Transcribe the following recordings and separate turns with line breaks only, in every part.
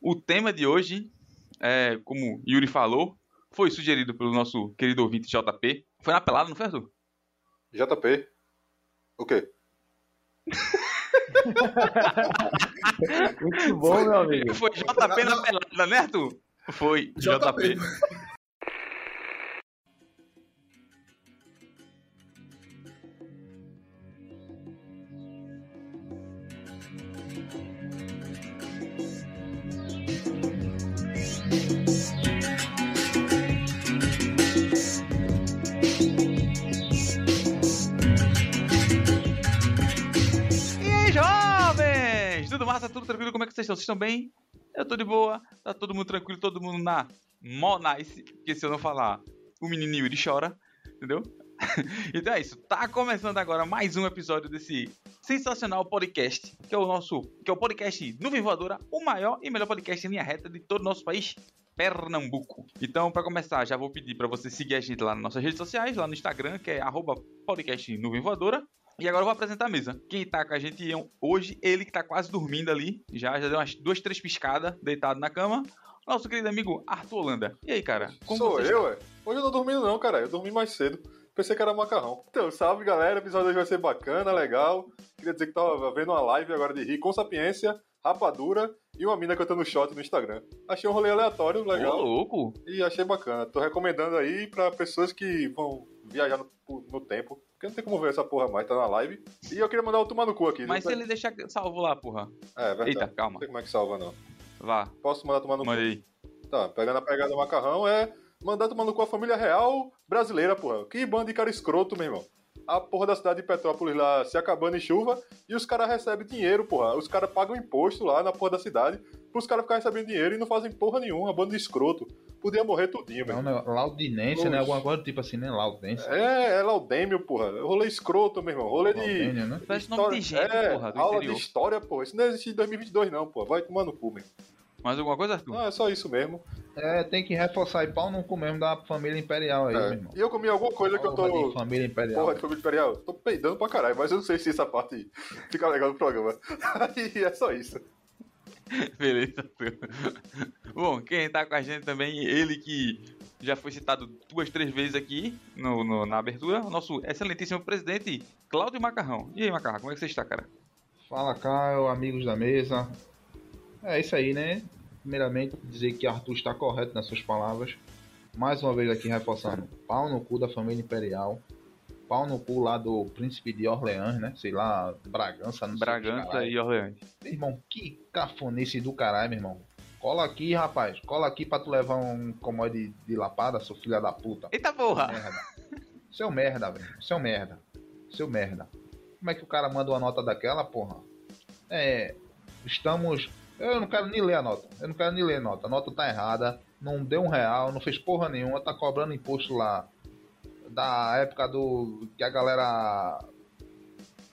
O tema de hoje, é, como Yuri falou, foi sugerido pelo nosso querido ouvinte JP. Foi na pelada, não foi, Arthur?
JP? O quê?
Muito bom, meu amigo.
Foi JP na pelada, né, Arthur? Foi JP. E aí, jovens? Tudo massa? Tudo tranquilo? Como é que vocês estão? Vocês estão bem? Eu tô de boa, tá todo mundo tranquilo, todo mundo na mó nice, porque se eu não falar, o menino Yuri chora, entendeu? então é isso, tá começando agora mais um episódio desse sensacional podcast, que é o nosso, que é o podcast Nuvem Voadora, o maior e melhor podcast em linha reta de todo o nosso país, Pernambuco. Então, pra começar, já vou pedir pra você seguir a gente lá nas nossas redes sociais, lá no Instagram, que é arroba podcast Nuvem Voadora. E agora eu vou apresentar a mesa. Quem tá com a gente hoje, ele que tá quase dormindo ali, já, já deu umas duas, três piscadas, deitado na cama. Nosso querido amigo Arthur Holanda. E aí, cara?
Sou
você
eu, ué. Hoje eu não tô dormindo não, cara. Eu dormi mais cedo. Pensei que era macarrão. Então, salve, galera. O episódio de hoje vai ser bacana, legal. Queria dizer que tava vendo uma live agora de rir com sapiência, rapadura e uma mina cantando shot no Instagram. Achei um rolê aleatório,
está? Ô,
legal.
louco!
E achei bacana. Tô recomendando aí pra pessoas que vão viajar no, no tempo. Porque não tem como ver essa porra mais, tá na live. E eu queria mandar o tomar no cu aqui.
Mas se
viu?
ele deixar salvo lá, porra.
É, verdade.
Eita,
Não
calma.
sei como é que salva, não.
Vá,
Posso mandar tomar no cu?
manda aí.
Tá, pegando a pegada do macarrão é mandar tomar no cu a família real brasileira, porra. Que bando de cara escroto, meu irmão. A porra da cidade de Petrópolis lá se acabando em chuva e os caras recebem dinheiro, porra. Os caras pagam imposto lá na porra da cidade pros caras ficarem recebendo dinheiro e não fazem porra nenhuma, bando de escroto. Podia morrer tudinho,
É
meu
um
irmão.
negócio, laudinense,
Oxe.
né? Alguma coisa do tipo assim, né? Laudêncio.
É, é Laudêmio, porra. Rolê escroto, meu irmão. Rolê É de.
Laudênio, né?
Parece nome de gente,
é,
porra, do
aula
interior.
de história, porra. Isso não existe em 2022, não, porra. Vai tomar no cu, meu.
Mais alguma coisa, Arthur?
Não, é só isso mesmo.
É, tem que reforçar e pau no cu mesmo da família imperial aí,
É.
meu irmão.
E eu comi alguma coisa que eu
Porra de
tô.
família imperial.
Porra, de família imperial, tô peidando pra caralho, mas eu não sei se essa parte fica legal no programa. Aí é só isso.
Beleza, Arthur. Bom, quem tá com a gente também, ele que já foi citado duas, três vezes aqui no, no- na abertura, o nosso excelentíssimo presidente, Cláudio Macarrão. E aí, Macarrão, como é que você está, cara?
Fala, Caio, amigos da mesa. É isso aí, né? Primeiramente, dizer que Arthur está correto nas suas palavras. Mais uma vez aqui reforçando: pau no cu da família imperial. Pau no cu lá do príncipe de Orleans, né? Sei lá, Bragança, não sei.
Bragança
aí.
e Orleans.
Meu irmão, que cafonice do caralho, meu irmão. Cola aqui, rapaz. Cola aqui pra tu levar um comode de, de lapada, seu filho da puta.
Eita porra!
Merda. Seu merda, velho. Seu merda. Seu merda. Como é que o cara manda uma nota daquela, porra? É. Estamos. Eu não quero nem ler a nota. Eu não quero nem ler a nota. A nota tá errada. Não deu um real, não fez porra nenhuma. Tá cobrando imposto lá. Da época do. que a galera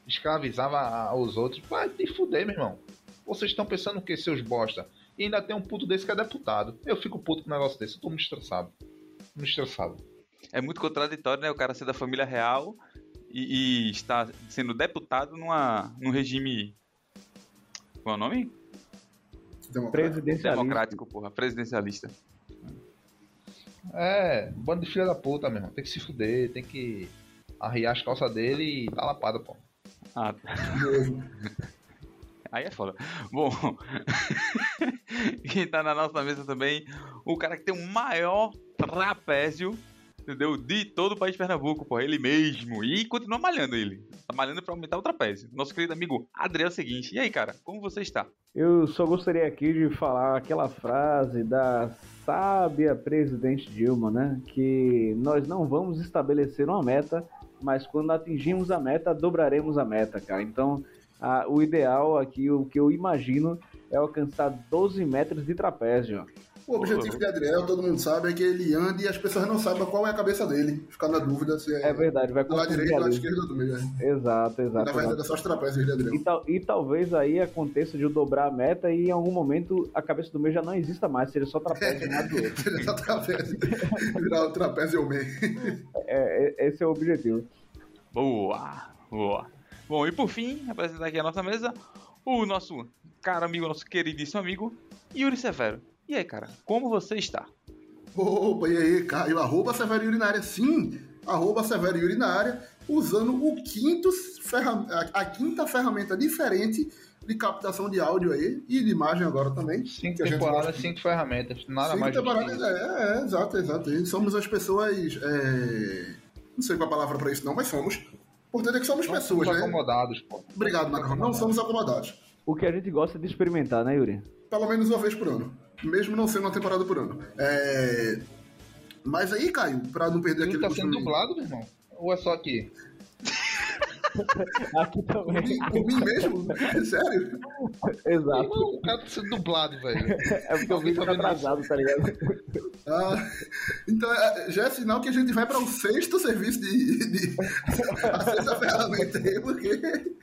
escravizava a- os outros. Vai te fuder, meu irmão. Vocês estão pensando o que, seus bosta? E ainda tem um puto desse que é deputado. Eu fico puto com um negócio desse. Eu tô muito estressado. Muito estressado.
É muito contraditório, né? O cara ser da família real e, e estar sendo deputado numa, num regime. Qual é o nome?
Presidencialista.
Democrático, porra, presidencialista.
É, bando de filha da puta, meu irmão. Tem que se fuder, tem que arriar as calças dele e dar lapada, pô.
Ah, Aí é foda. Bom, quem tá na nossa mesa também, o cara que tem o maior trapézio, entendeu? De todo o país de Pernambuco, porra, ele mesmo. E continua malhando ele. Tá malhando pra aumentar o trapézio. Nosso querido amigo Adriel Seguinte. E aí, cara, como você está?
Eu só gostaria aqui de falar aquela frase da sábia presidente Dilma, né? Que nós não vamos estabelecer uma meta, mas quando atingirmos a meta, dobraremos a meta, cara. Então, a- o ideal aqui, o que eu imagino, é alcançar 12 metros de trapézio.
O objetivo de Adriel, todo mundo sabe, é que ele ande e as pessoas não sabem qual é a cabeça dele. Ficar na dúvida se é,
É verdade, vai
do lado
confundir
direito ou do
ali.
lado esquerdo do meio. né?
Exato, exato.
Na verdade,
exato.
é só os trapézios de Adriel.
E, tal- e talvez aí aconteça de eu dobrar a meta e em algum momento a cabeça do meu já não exista mais, seja só trapézio de um lado do outro.
Ele tá trapézio. Virar o trapézio homem.
É, é- esse é o objetivo.
Boa, boa. Bom, e por fim, apresentar aqui a nossa mesa, o nosso caro amigo, nosso queridíssimo amigo, Yuri Severo. E aí, cara, como você está?
Opa, e aí, Caio? Arroba Severo Urinária, sim. Arroba Severo Urinária, usando o quinto ferram... a a quinta ferramenta diferente de captação de áudio aí e de imagem agora também.
Cinco
que a gente
temporadas,
gosta.
cinco ferramentas. Nada
Sim,
mais do que
temporadas,
isso.
é, é, é, exato, exato. E somos as pessoas. é, Não sei qual a palavra pra isso, não, mas somos. O importante é que somos
Não
pessoas,
somos
né?
acomodados, pô.
Obrigado, Macarrão. Não somos acomodados.
O que a gente gosta de experimentar, né, Yuri?
Pelo menos uma vez por ano. Mesmo não sendo uma temporada por ano. É, Mas aí, Caio, pra não perder
Tudo
aquele
tá sendo
costume-
dublado, meu irmão. Ou é só aqui?
Aqui
Por
também.
mim, por mim mesmo? Sério?
Exato.
Irmão, o cara tá sendo dublado, velho.
É porque o
Alguém
vídeo tá
tá vendo isso?
atrasado, tá ligado?
Ah, então é, já é sinal que a gente vai para o sexto serviço de. de a sexta ferramenta aí, porque.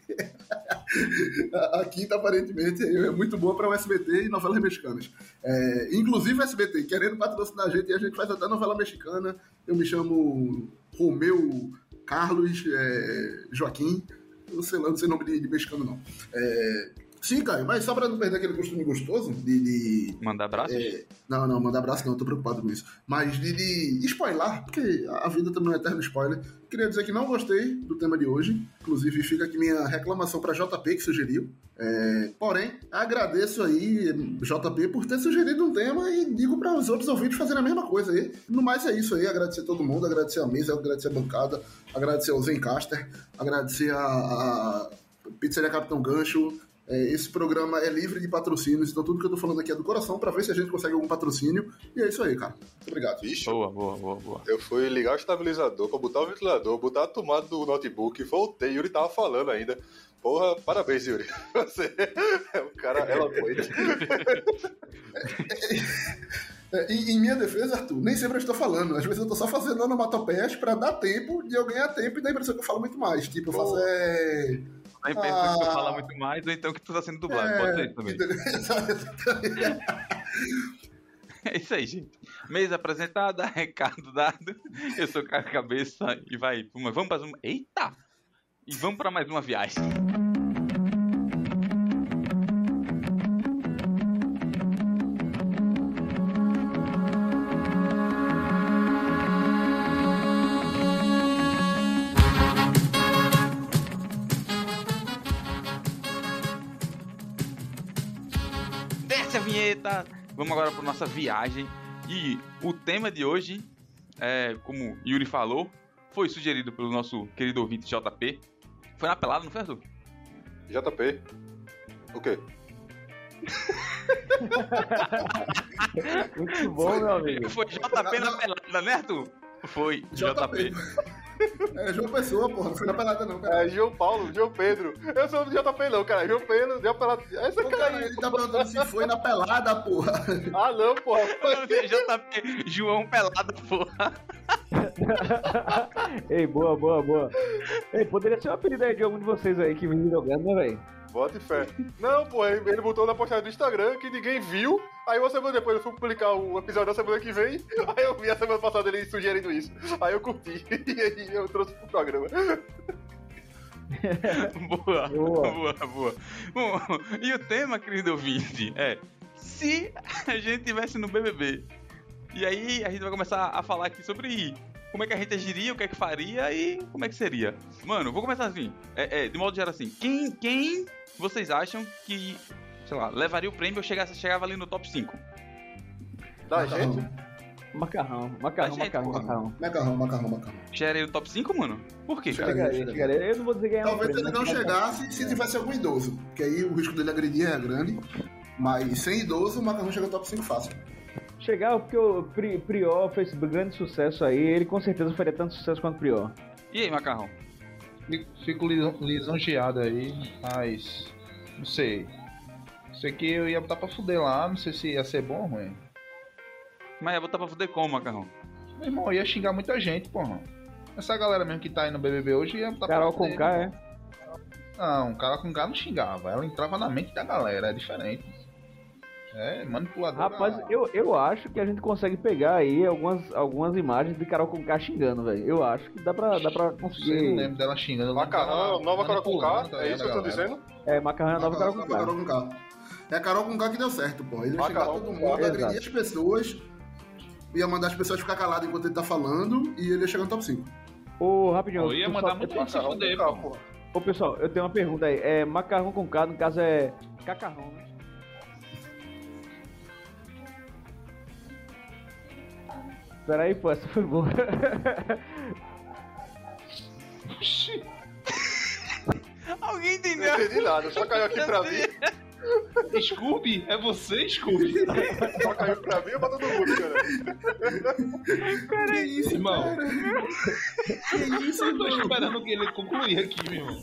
a, a quinta, aparentemente, é muito boa para o SBT e novelas mexicanas. É, inclusive, o SBT, querendo patrocinar a gente, e a gente faz até novela mexicana. Eu me chamo Romeu Carlos é, Joaquim. Eu sei lá, não sei o nome de, de mexicano, não. É, sim, Caio, mas só para não perder aquele costume gostoso de- de
Mandar abraços?
é, não, não, manda abraço não, tô preocupado com isso. Mas de, de spoiler, porque a vida também é um eterno spoiler. Queria dizer que não gostei do tema de hoje. Inclusive, fica aqui minha reclamação pra JP que sugeriu. É, porém, agradeço aí, JP, por ter sugerido um tema e digo para os outros ouvintes fazerem a mesma coisa aí. No mais é isso aí, agradecer todo mundo, agradecer a mesa, agradecer a bancada, agradecer ao Zencaster, agradecer a, a Pizzaria Capitão Gancho, é, esse programa é livre de patrocínios, então tudo que eu tô falando aqui é do coração pra ver se a gente consegue algum patrocínio. E é isso aí, cara. Muito obrigado.
Vixe,
Boa, boa, boa, boa.
eu fui ligar o estabilizador pra botar o ventilador, botar a tomada do notebook, voltei. Yuri tava falando ainda. Porra, parabéns, Yuri. Você é um cara eloquente.
É, e, em minha defesa, Arthur, nem sempre eu estou falando. Às vezes eu tô só fazendo onomatopeias pra dar tempo de eu ganhar tempo e dá a impressão que eu falo muito mais. Tipo, eu faço.
Boa.
É...
Dá a impressão que tu
Ah.
fala muito mais ou então que tu tá sendo dublado.
é,
Pode ser isso também. É isso aí, gente. Mesa apresentada, recado dado. Eu sou o Caio Cabeça e vai. uma- Vamos para uma. Eita! E vamos para mais uma viagem. Desce a vinheta! Vamos agora para nossa viagem. E o tema de hoje, é, como Yuri falou, foi sugerido pelo nosso querido ouvinte JP. Foi na pelada, não foi, Arthur?
JP. O quê?
Muito bom, meu amigo.
Foi JP na pelada, né, Arthur? Foi JP.
é João Pessoa, porra, não foi na pelada, não, cara.
É João Paulo, João Pedro. Eu sou do JP não, cara. João Pedro, João Pelado. Essa
Pô,
cara
cara,
aí.
ele tá perguntando se foi na pelada, porra.
Ah, não, porra.
JP, João Pelada, porra.
Ei, boa, boa, boa. Ei, poderia ser um apelido aí de algum de vocês aí que vem jogando, né, velho?
Bota fé. Não, pô, ele ele botou na postagem do Instagram que ninguém viu. Aí uma semana depois eu fui publicar o episódio da semana que vem. Aí eu vi a semana passada ele sugerindo isso. Aí eu curti. E aí eu trouxe pro programa.
Boa,
Boa.
boa, boa. Bom, e o tema, querido ouvinte, é se a gente tivesse no BBB. E aí a gente vai começar a falar aqui sobre como é que a gente agiria, o que é que faria e como é que seria. Mano, vou começar assim. É, é, de modo geral assim. Quem, quem vocês acham que, sei lá, levaria o prêmio ou chegasse, chegava ali no top 5?
Da gente.
Macarrão, macarrão,
Mas, gente,
macarrão,
porra.
macarrão.
Macarrão, macarrão, macarrão.
Chegaria no top 5, mano? Por quê, cara?
Chegaria,
Chegaria, chegaria. Eu não vou dizer
É,
ganhar um
Talvez
prêmio,
ele não
mas-
chegasse se tivesse algum idoso, porque aí o risco dele agredir é grande. Mas sem idoso, o macarrão chega ao top 5 fácil.
Chegava porque o Pri- Prior fez grande sucesso aí. Ele com certeza faria tanto sucesso quanto o Prior.
E aí, Macarrão?
Fico- Fico lison- lisonjeado aí, mas. Não sei. Sei que eu ia botar pra fuder lá, não sei se ia ser bom ou ruim.
Mas ia botar pra fuder como, Macarrão?
Meu irmão, eu ia xingar muita gente, porra. Essa galera mesmo que tá aí no BBB hoje ia botar
Carol
pra fuder.
Conká, é?
Não, Carol Conká não xingava. Ela entrava na mente da galera, é diferente. É, manipuladora.
Rapaz, eu, eu acho que a gente consegue pegar aí algumas, algumas imagens de Carol Conká xingando, velho. Eu acho que dá pra, dá pra
Você não
conseguir.
lembro dela xingando. eu lembro
Macarrão,
dela
nova Carol com
manipulando,
K.
tá
É isso que eu tô
ligado, galera?
dizendo?
É, macarrão é nova Carol
Macarrão,
Conká.
Carol com K. É a Carol com K que deu certo, pô. Ele ia
A
chegar
Carol
todo
com K.
mundo, agredir
Exato.
as pessoas, ia mandar as pessoas ficar caladas enquanto ele tá falando e ele ia chegar no top 5.
Ô, rapidinho.
Pô, ia
eu só-
mandar
eu
muito
tenho-
Tem que se fuder,
com K,
pô.
Ô, pessoal, eu tenho uma pergunta aí. É macarrão com K, no caso é cacarrão, né? Peraí, pô, essa foi boa.
Alguém entendeu?
Não entendi nada, só caiu aqui pra mim.
Scooby? É você, Scooby?
Só caiu pra mim e pra todo mundo, cara.
Que isso,
Irmão.
cara? Que isso,
Eu tô
irmão?
esperando que ele concluir aqui, meu irmão.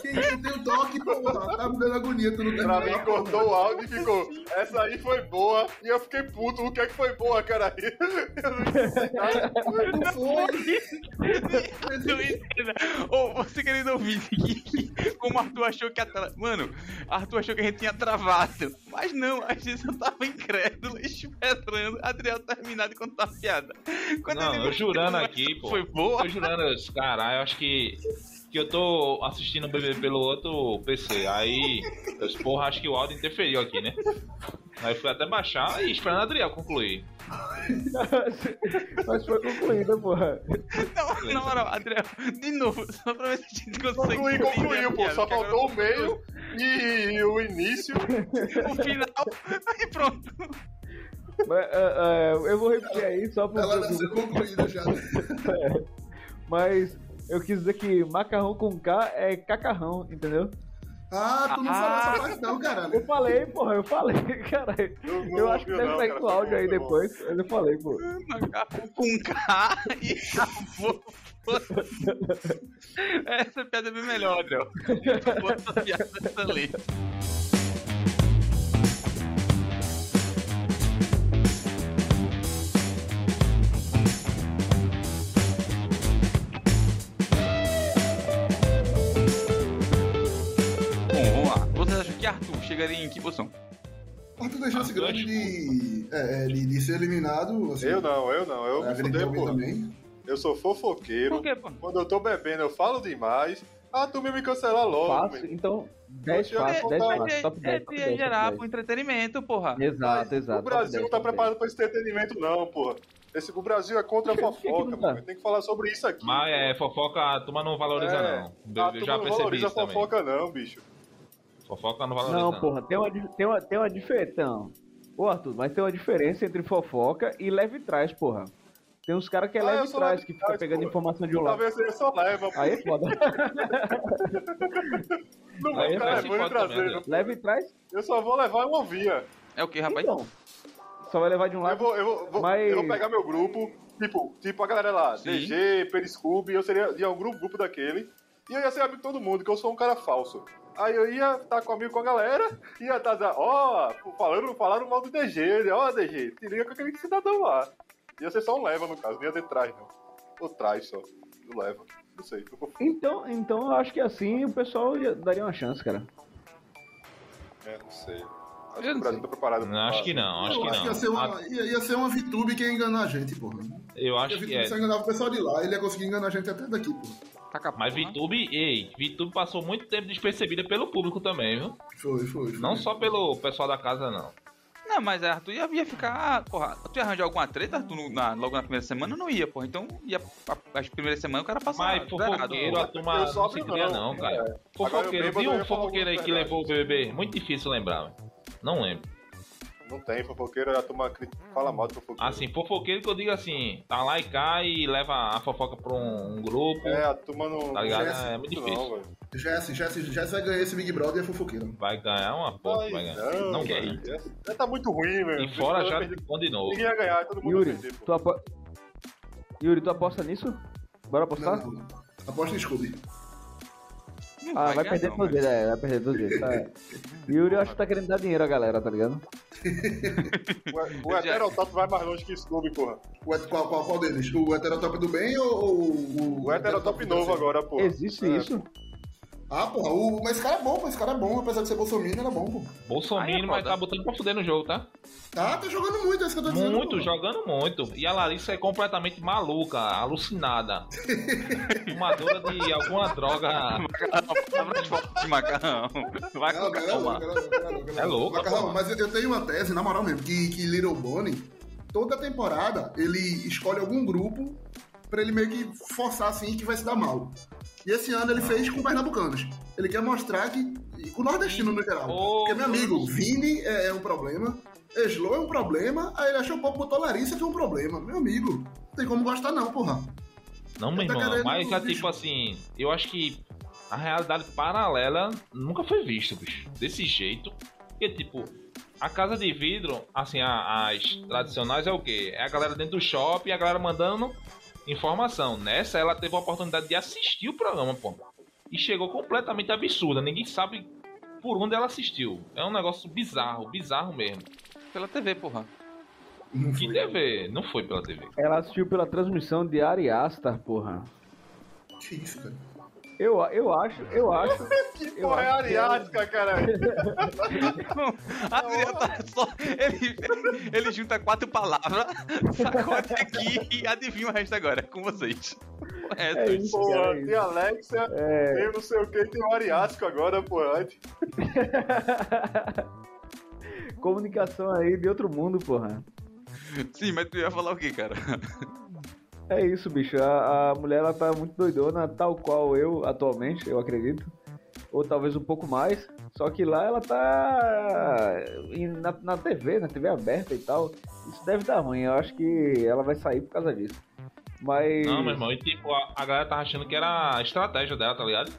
Que isso? Tem o toque, porra. Tá me dando agonia, tu não
Pra
terminou.
mim cortou o áudio e ficou. Essa aí foi boa. E eu fiquei puto. O que é que foi boa, cara? aí? Eu não entendi nada.
Não foi.
Eu entendo. Ô, você querendo ouvir como Arthur achou que a tela. Mano, Arthur achou que a gente tinha travado. Mas não, a gente só tava incrédulo, esperando Adriano terminar de contar a piada. Quando
Não,
ele-
eu jurando aqui, pô.
Foi boa.
Tô jurando, eu disse, caralho, eu acho que, que eu tô assistindo o BBB pelo outro PC. Aí, eu disse, porra, acho que o áudio interferiu aqui, né? Aí fui até baixar e esperando o Adriel concluir.
Mas foi concluída, porra.
Não, na moral, Adriano, de novo, só pra ver se a gente consegue.
Concluí,
entender a
concluiu, pô.
piada,
Só
que agora
faltou o meio e o início.
O final. Aí pronto.
Mas, é, é, eu vou repetir aí só pro
Ela
pro-
nasceu concluída já.
É. Mas eu quis dizer que macarrão com K é cacarrão, entendeu?
Ah, tu não falou essa parte não, caralho.
Eu falei, porra, eu falei, caralho.
Eu, não
Eu acho que
ouviu,
deve
não,
sair
cara,
com o
foi
áudio
bom,
aí
foi bom.
depois. Mas eu falei, pô.
Macarrão com K e acabou. Essa piada é bem melhor, Adriel. Essa piada é excelente. Bom, vamos lá. Vocês acham que Arthur chegaria em que posição?
Arthur tem chance grande de, é, é, de, de ser eliminado. Assim,
Eu não, eu não. Eu me
agredir
fudei,
alguém
pô.
também.
Eu sou fofoqueiro.
Por quê, pô?
Quando eu tô bebendo, eu falo demais. Ah, tu me cancela logo.
Fácil,
meu.
então 10
Eu
fácil, 10
vou-
fácil, top
é
10. top 10,
de
top
gerar
10.
pro entretenimento, porra.
Exato, exato.
O Brasil não tá
top 10, top
preparado pra esse entretenimento, não, porra. Esse, o Brasil é contra a
que
fofoca,
não tá?
mano. Tem que falar sobre isso aqui.
Mas é, fofoca, a turma não valoriza,
É.
não. Eu
turma
já
não
percebi
valoriza
isso também.
fofoca, não, bicho.
Fofoca não valoriza,
Não, porra, tem uma, di- tem uma, tem uma diferença. Ô, Arthur, mas tem uma diferença entre fofoca e leve trás, porra. Tem uns caras que é
Ah, eu
leve
sou
trás,
leve
que fica
trás,
pegando
porra. Tá
informação de um lado.
Talvez ele só leva, pô.
Aí é foda.
Não vou
Aí
ficar
vai se
levando e
foda também,
trazendo.
leve trás,
Eu só vou levar uma via.
É o que, rapaz?
então. Só vai levar de um
Eu
lado.
vou, eu vou- vou-
Mas-
eu vou pegar meu grupo, tipo, tipo a galera lá,
Sim.
DG, Periscube, eu seria de algum grupo, grupo daquele, e eu ia ser amigo de todo mundo, que eu sou um cara falso. Aí eu ia estar com amigo com a galera, ia estar tá, ó, falando, falaram mal do DG, ele, ó, DG, te liga com aquele cidadão lá. Ia ser só um leva, no caso, não ia ter trás, não. Ou trás só, do leva. Não sei, tô confuso.
Então, então eu acho que assim o pessoal já daria uma chance, cara.
É, não sei. Acho
Eu
que
não
o Brasil tá preparado
não. Acho que não, acho
eu
que
acho que ia ser
não.
uma, ia, ia ser uma VTube que ia enganar a gente, porra. Porque
Eu
a
acho que
VTube
é.
só enganava o pessoal de lá, ele ia conseguir enganar a gente até daqui, porra.
Taca a
Mas
porra.
VTube, ei, VTube passou muito tempo despercebida pelo público também, viu?
Foi, foi. foi.
Não só pelo pessoal da casa, não.
Não, mas Arthur ia, ia ficar. ah, Porra, tu ia arranjar alguma treta, Arthur, no- na- logo na primeira semana? Não ia, porra. Então, ia, a, as primeiras semanas o cara passava.
Mas fofoqueiro, a turma
Eu
não
só
se
abro
cria
mão.
não, cara.
Agora, eu
Fofoqueiro,
bêbado,
viu
eu
um
ia falar
fofoqueiro aí
alguma
que
verdade.
levou o BBB? Muito difícil lembrar, velho. Não lembro.
Não tem, fofoqueiro, a turma cri- fala mal do fofoqueiro.
Assim, fofoqueiro que eu digo assim, tá lá e cai e leva a fofoca pra um, um grupo,
É, a turma não.
tá ligado?
Jesse,
É muito
Não,
difícil.
velho.
Jesse, Jesse, Jesse vai ganhar esse Big Brother e é fofoqueiro.
Vai ganhar uma porra, vai ganhar. Não,
Não,
ganha.
velho. Já tá muito ruim, velho.
E fora já
Ninguém
de novo.
ia ganhar, todo mundo
Yuri,
ia perder, pô.
tu apo... Yuri, tu aposta nisso? Bora apostar?
Não, não. Aposta em Scooby.
Não
Ah, vai,
ganhar,
perder
não,
duas
velho.
vezes, é, vai perder duas vezes. tá, é. Yuri, eu acho que tá querendo dar dinheiro à galera, tá ligado?
O, o Heterotope vai mais longe que esse clube, porra.
O het- qual, qual, qual deles? O heterotop do bem ou, ou o.
O Heterotop
do
novo
bem?
agora, porra.
Existe
É.
isso?
Ah, porra, o... mas esse cara é bom, pô, esse cara é bom, apesar de ser bolsominion, era bom, pô.
Aí é
Bolsonaro,
foda.
mas tá botando pra fuder no jogo, tá?
Ah, tá jogando muito, é isso que eu tô dizendo.
Muito,
pô.
jogando muito. E a Larissa é completamente maluca, alucinada. Fumadora de alguma droga.
Palavras fortes de macarrão. Vai
Não,
com
cara, é
calma.
louco, cara, é louco, cara,
É louco,
Macarrão,
porra.
mas eu, eu tenho uma tese, na moral mesmo, que, que Little Bonnie, toda temporada, ele escolhe algum grupo pra ele meio que forçar assim que vai se dar mal. E esse ano ele fez com Pernambucanos. Ele quer mostrar que. e Com o nordestino no geral.
Ô,
Porque, meu amigo, Vini é, é um problema, Eslo é um problema, aí ele achou pouco botou Larissa que é um problema. Meu amigo, não tem como gostar não, porra.
Não, meu
Tá
irmão,
querendo
mas é
bicho.
tipo assim, eu acho que a realidade paralela nunca foi vista, bicho. Desse jeito. Porque, tipo, a casa de vidro, assim, a- as tradicionais é o quê? É a galera dentro do shopping, a galera mandando informação. Nessa, ela teve a oportunidade de assistir o programa, pô. E chegou completamente absurda. Ninguém sabe por onde ela assistiu. É um negócio bizarro, bizarro mesmo.
Pela TV, porra.
Não
Que
foi.
TV? Não foi pela TV.
Ela assistiu pela transmissão de Ari Aster, porra.
Que isso, cara.
Eu, eu acho, eu acho.
Que
Eu
porra é
acho que é o-
Ariática, caralho?
Adriano tá só. Ele, ele junta quatro palavras, sacode aqui e adivinha o resto agora. É com vocês. O resto.
É isso,
Porra,
cara. é
tem
isso.
Alexia,
É.
tem não sei o que, tem o Ariático agora, porra.
Comunicação aí de outro mundo, porra.
Sim, mas tu ia falar o quê, cara?
É isso, bicho. A, a mulher ela tá muito doidona, tal qual eu atualmente, eu acredito. Ou talvez um pouco mais. Só que lá ela tá em- na, na TV, na TV aberta e tal. Isso deve dar ruim. Eu acho que ela vai sair por causa disso. Mas.
Não, meu irmão, e tipo, a, a galera tava achando que era a estratégia dela, tá ligado?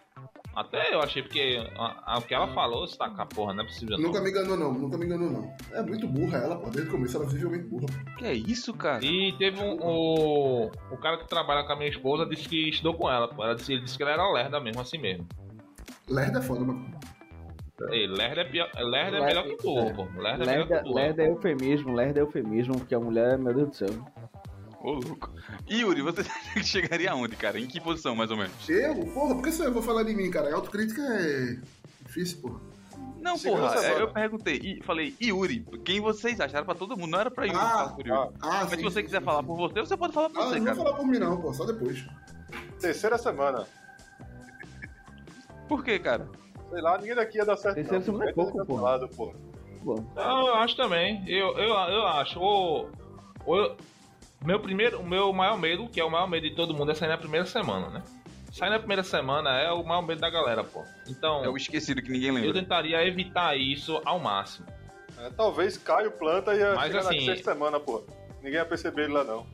Até eu achei, porque a- a- o que ela falou, você tá com a porra, não é possível não.
Nunca me enganou, não. Nunca me enganou, não. É muito burra ela, pô. Desde o começo ela é visivelmente burra.
Que é isso, cara?
E teve um. O, o cara que trabalha com a minha esposa disse que estudou com ela, pô. Ela disse, ele disse que ela era lerda mesmo, assim mesmo.
Lerda é foda, mano.
Ei, lerda é, pior, lerda é
Lerda-
melhor que tu, pô. Lerda é melhor
Lerda,
que tu.
lerda é eufemismo, lerda é eufemismo, porque a mulher, meu Deus do céu.
Ô, louco. Yuri, você chegaria aonde, cara? Em que posição, mais ou menos?
Eu? Porra, por que eu vou falar de mim, cara? Autocrítica é difícil, porra.
Não,
Segurança
porra, é,
agora.
eu perguntei e falei, Yuri, quem vocês acharam pra todo mundo? Não era pra Yuri
Ah,
falar por Yuri.
ah,
Ah,
Mas
sim,
se você
sim,
quiser
sim.
falar por você, você pode falar por
Ah,
você,
não vou
cara.
falar por mim, não, pô. Só depois.
Terceira semana.
Por quê, cara?
Sei lá, ninguém daqui ia dar certo.
Terceira
não.
semana
Vai
é
ter
pouco, pô.
cancelado, pô.
Bom,
Não, Então, eu acho também. Eu, eu, eu acho. Ou, ou eu- meu primeiro, o meu maior medo, que é o maior medo de todo mundo, é sair na primeira semana, né? Sair na primeira semana é o maior medo da galera, pô. Então,
É o esquecido que ninguém
eu
lembra.
tentaria evitar isso ao máximo.
É, talvez Caio Planta ia
Mas
chegar
assim-
na sexta semana, pô. Ninguém ia perceber ele lá, não.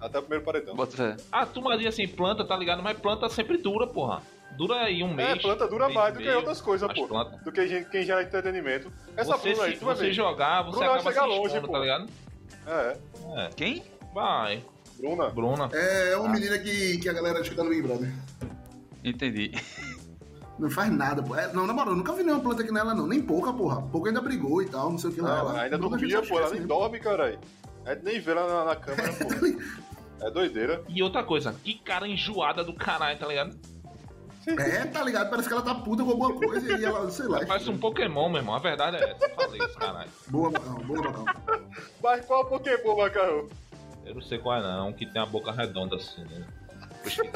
Até o primeiro paredão.
Bota fé.
Ah, tu Maria, assim, planta, tá ligado? Mas planta sempre dura, porra. Dura aí um mês.
É, planta dura
um mês
mais
e
do que
meio,
outras coisas,
as
pô.
plantas.
Do que gen- quem gera entretenimento. Essa
você,
Bruna aí,
se,
tu vai
você
ver.
jogar, você
Bruna vai
acaba se
chegar longe,
expondo,
pô.
tá ligado?
É,
Quem?
Vai,
Bruna.
Bruna.
É, é uma menina que, que a galera acha que tá no Big Brother.
Entendi.
Não faz nada, pô. É, não, na moral, eu nunca vi nenhuma planta aqui nela, não. Nem pouca, porra. Pouca ainda brigou e tal, não sei o que lá.
Não,
Ela-
Ah, É, ainda
nunca
dormia,
a gente
pô. Ela nem
esquece, né?
dorme, caralho. A gente nem vê ela na, na câmera, pô. É doideira.
E outra coisa, que cara enjoada do caralho, tá ligado?
É, tá ligado? Parece que ela tá puta com alguma coisa e ela, sei lá. tipo,
Parece um Pokémon, meu irmão. A verdade é essa. Eu falei isso, caralho.
Boa, Macarrão, boa, Macarrão.
Mas qual Pokémon, Macarrão?
Eu não sei qual é, não. Que tem a boca redonda assim, né? Acho que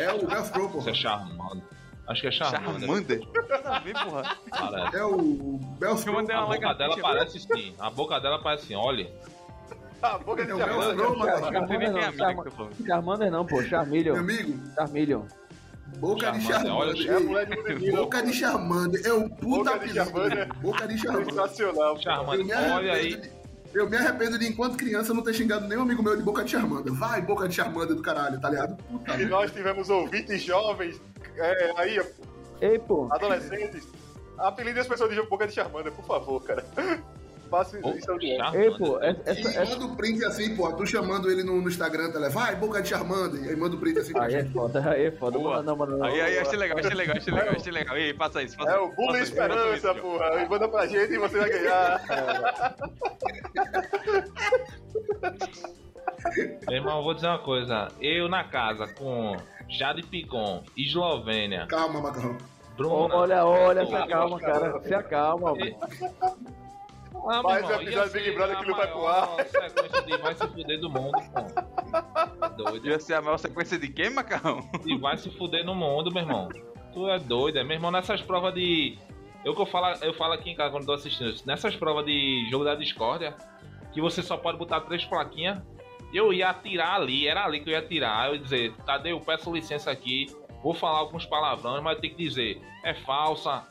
É o Velcro,
Isso é
porra.
charmando. Acho que é charmando.
Charmander? Nada a ver, porra.
Parece.
É o
Eu
Belfro.
mandei
A
uma
boca dela
lagartixa.
parece sim. A boca dela parece assim, olha.
A Ah, boca de
É o
Charmander.
Velcro, Macarrão.
Não sei nem quem
Charmander
é
não,
a mina que
Charma-
tá falando.
Charmander não, pô,
Meu
Charmeleon,
amigo,
Charmeleon.
boca de
Charmander, olha,
Charmander.
É a mulher de menino.
Boca de Charmander, é um puta
Boca de
apelido.
Charmander. tá
mano. Boca de Charmander.
Sensacional.
Eu me
Charmando. Olha aí.
arrependo de- Eu me arrependo de, enquanto criança, não ter xingado nenhum amigo meu de Boca de Charmander. Vai, Boca de Charmander do caralho, tá ligado? Puta
E
merda.
nós tivemos ouvintes jovens, é, aí,
Ei, pô,
adolescentes. Apelidem as pessoas de Boca de Charmander, por favor, cara. Faça
Pô,
isso audiência.
ei,
Charmander.
pô, essa,
E
essa, essa...
manda o print assim, pô, tu chamando ele no, no Instagram, tá ligado? Vai, Boca de Charmander. E aí manda o print assim.
Aí é foda, aí é foda.
Boa.
Mano, não, mano, não.
Aí, aí, achei legal, achei legal, achei legal, achei legal. Ei, passa isso, passa
É
isso.
o Bula
passa isso, passa
Esperança,
isso,
porra. E manda pra gente e você vai ganhar.
Meu irmão, eu vou dizer uma coisa. Eu na casa com Jade Picon, Eslovênia,
Calma, Macarrão.
Bruna.
Olha, olha,
Pô,
se acalma, cara. Se acalma,
É.
mano.
Ah,
Faz
meu irmão,
o episódio
ia ser
Big Brother
a
que não vai pro
maior sequência de vai se fuder do mundo, pô. Doido.
Ia ser a maior sequência de quem, Macarrão?
E vai se fuder no mundo, meu irmão. Tu é doido, é. Meu irmão, nessas provas de. Eu que eu falo, eu falo aqui em casa quando tô assistindo. Nessas provas de jogo da discórdia, que você só pode botar três plaquinhas, eu ia atirar ali, era ali que eu ia atirar. Eu ia dizer, Tadeu, peço licença aqui, vou falar alguns palavrões, mas eu tenho que dizer, é falsa,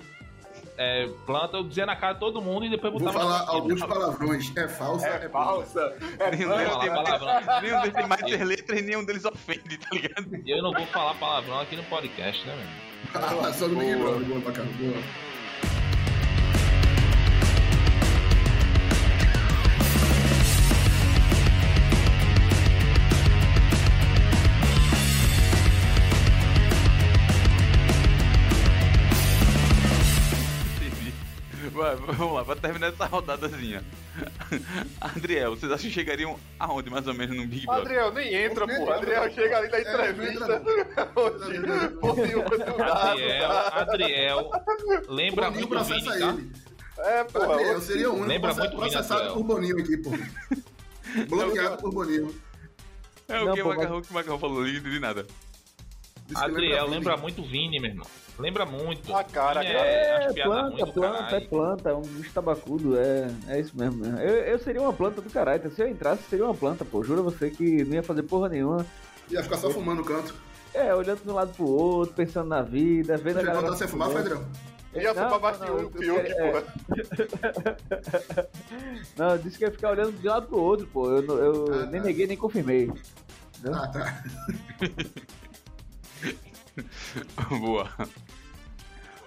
é planta, eu dizia na cara de todo mundo e depois
Vou
botava.
falar alguns palavrões. É falsa, é,
É falsa.
Nenhum
Vou
deles
falar
tem mais-
palavrão.
nenhum deles tem mais três letras e nenhum deles ofende, tá ligado?
Eu não vou falar palavrão aqui no podcast, né, meu irmão?
Ah, só no Big
Boa.
Brother, boa pra cá, boa.
Entendi. Vai, vamos lá, pra terminar essa rodadazinha. Adriel, vocês acham que chegariam aonde mais ou menos no Big Brother?
Adriel nem entra,
Nem
pô.
entra,
Adriel
não.
chega ali na
É, não entra,
entrevista.
não.
Hoje, por nenhuma do lado.
Adriel, Adriel, lembra
Boninho
muito o Vini,
processa
tá?
ele.
É, pô.
Eu seria o único
Lembra
process-
muito o
processado
Minatoel.
por Boninho aqui, pô. Bloqueado por Boninho.
É o
Não,
que o
pô, mas-
Macarrão que o Macarrão falou, não entendi nada.
Disse que
Adriel
Vini.
lembra muito o Vini, meu irmão. Lembra muito.
Ah, cara,
Vini
cara.
É,
É,
as piadas ruins
planta,
do
planta, é
caralho.
planta, é um bicho tabacudo, é, é isso mesmo. né? Eu, eu seria uma planta do caralho, tá? se eu entrasse, seria uma planta, pô. Juro a você que não ia fazer porra nenhuma.
Ia ficar só fumando no canto.
É, olhando de um lado pro outro, pensando na vida, vendo a
Já
galera.
botar sem fumar,
fumando.
Fedrão.
Ia
Não,
fumar
não,
mais que é.
não,
o
eu é.
Fiuk,
quero-
pô.
Não, eu disse que ia ficar olhando de um lado pro outro, pô. Eu, não- eu
Ah,
nem
tá.
neguei, nem confirmei.
Ah, tá.
Boa.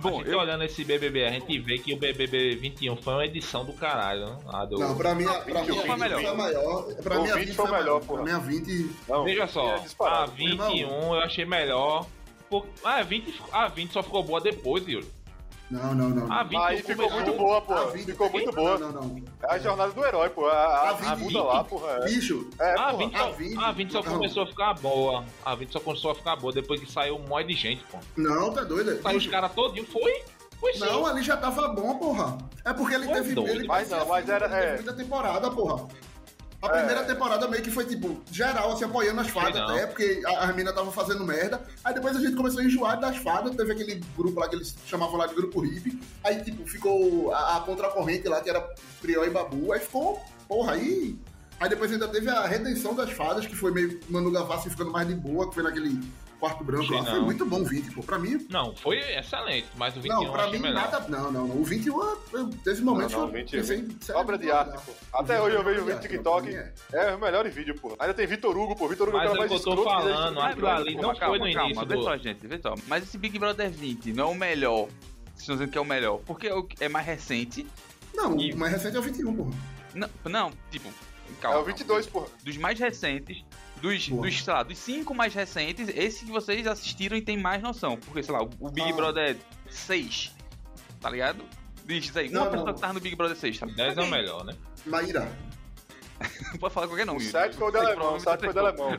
Bom,
a gente
eu-
olhando esse BBB, a gente vê que o BBB 21 foi uma edição do caralho, né? Ah, do-
Não, pra mim, a- pra mim
Vinte
a
foi
20
melhor.
foi a maior. Pra
O
mim a
vinte
20
foi
foi a
melhor,
maior.
porra.
Pra mim a 20.
Não, é
Veja só,
ia
a
disparar.
21 eu achei melhor. Por... Ah, a 20, ficou- a 20 só ficou boa depois, Yuri.
Não, não, não.
A 20
Aí Ah, ficou
começou-
muito boa, pô.
A 20
Ficou muito boa.
Não, não, não.
É a jornada do herói, pô. A, a,
A 20.
a muda lá, porra.
Bicho,
É,
a,
porra.
20
né, a
só,
20,
a 20 só
não.
começou a ficar boa. A 20 só começou a ficar boa depois que saiu um monte de gente, pô.
não, tá doido.
Saiu os
Bicho,
caras todinho, foi? Foi sim.
Não, é- ali já tava bom, porra. É porque ele
Foi
teve.
doido.
Ele
Mas não,
teve-
mas era-
ele teve
é.
muita temporada, porra. A
É.
primeira temporada meio que foi, tipo, geral, assim, apoiando as fadas
Sei não.
até, porque a- as minas estavam fazendo merda. Aí depois a gente começou a enjoar das fadas, teve aquele grupo lá que eles chamavam lá de grupo hippie. Aí, tipo, ficou a, a contracorrente lá, que era Prió e Babu. Aí ficou, porra, aí... Aí depois ainda teve a redenção das fadas, que foi meio Manu Gavassi ficando mais de boa, que foi naquele quarto branco
Sei
lá. Foi
não.
muito bom o 20, pô. Pra mim,
Não, foi excelente, mas o 21
não,
eu
pra
achei
mim
melhor.
nada. Não, não, não. O 21 eu- teve momentos
é Não, não,
que eu
20,
pensei, sério,
Obra de
não,
arte,
não.
pô.
O
Até
20
hoje eu vejo o
é obra
vídeo
de
do
arte,
TikTok.
pra mim é.
É o melhor vídeo, pô. Ainda tem Vitor Hugo, pô. Vitor Hugo é o
Mas
cara
é
mais
o que eu
escroto
tô
que já
falando,
existiu.
aquilo ali
Pô,
não
mas calma,
foi no
calma,
início
Vê
do...
só, gente, vê só. Mas esse Big Brother 20 não é o melhor. Vocês estão dizendo que é o melhor. Porque é o que- é mais recente.
Não,
E-
o mais recente é o 21, porra.
Não, não tipo,
É
calma.
o 22, pô.
Dos mais recentes, dos,
Boa.
dos, sei lá, dos cinco mais recentes, esse que vocês assistiram e tem mais noção. Porque, sei lá, o o Big
Ah.
Brother 6, tá ligado? Diz aí,
Não,
uma pessoa
não.
que tava no Big Brother 6, tá?
10 é o melhor, né?
Maíra.
Pode falar qualquer nome.
O 7 foi o do alemão, o 7 foi o do alemão.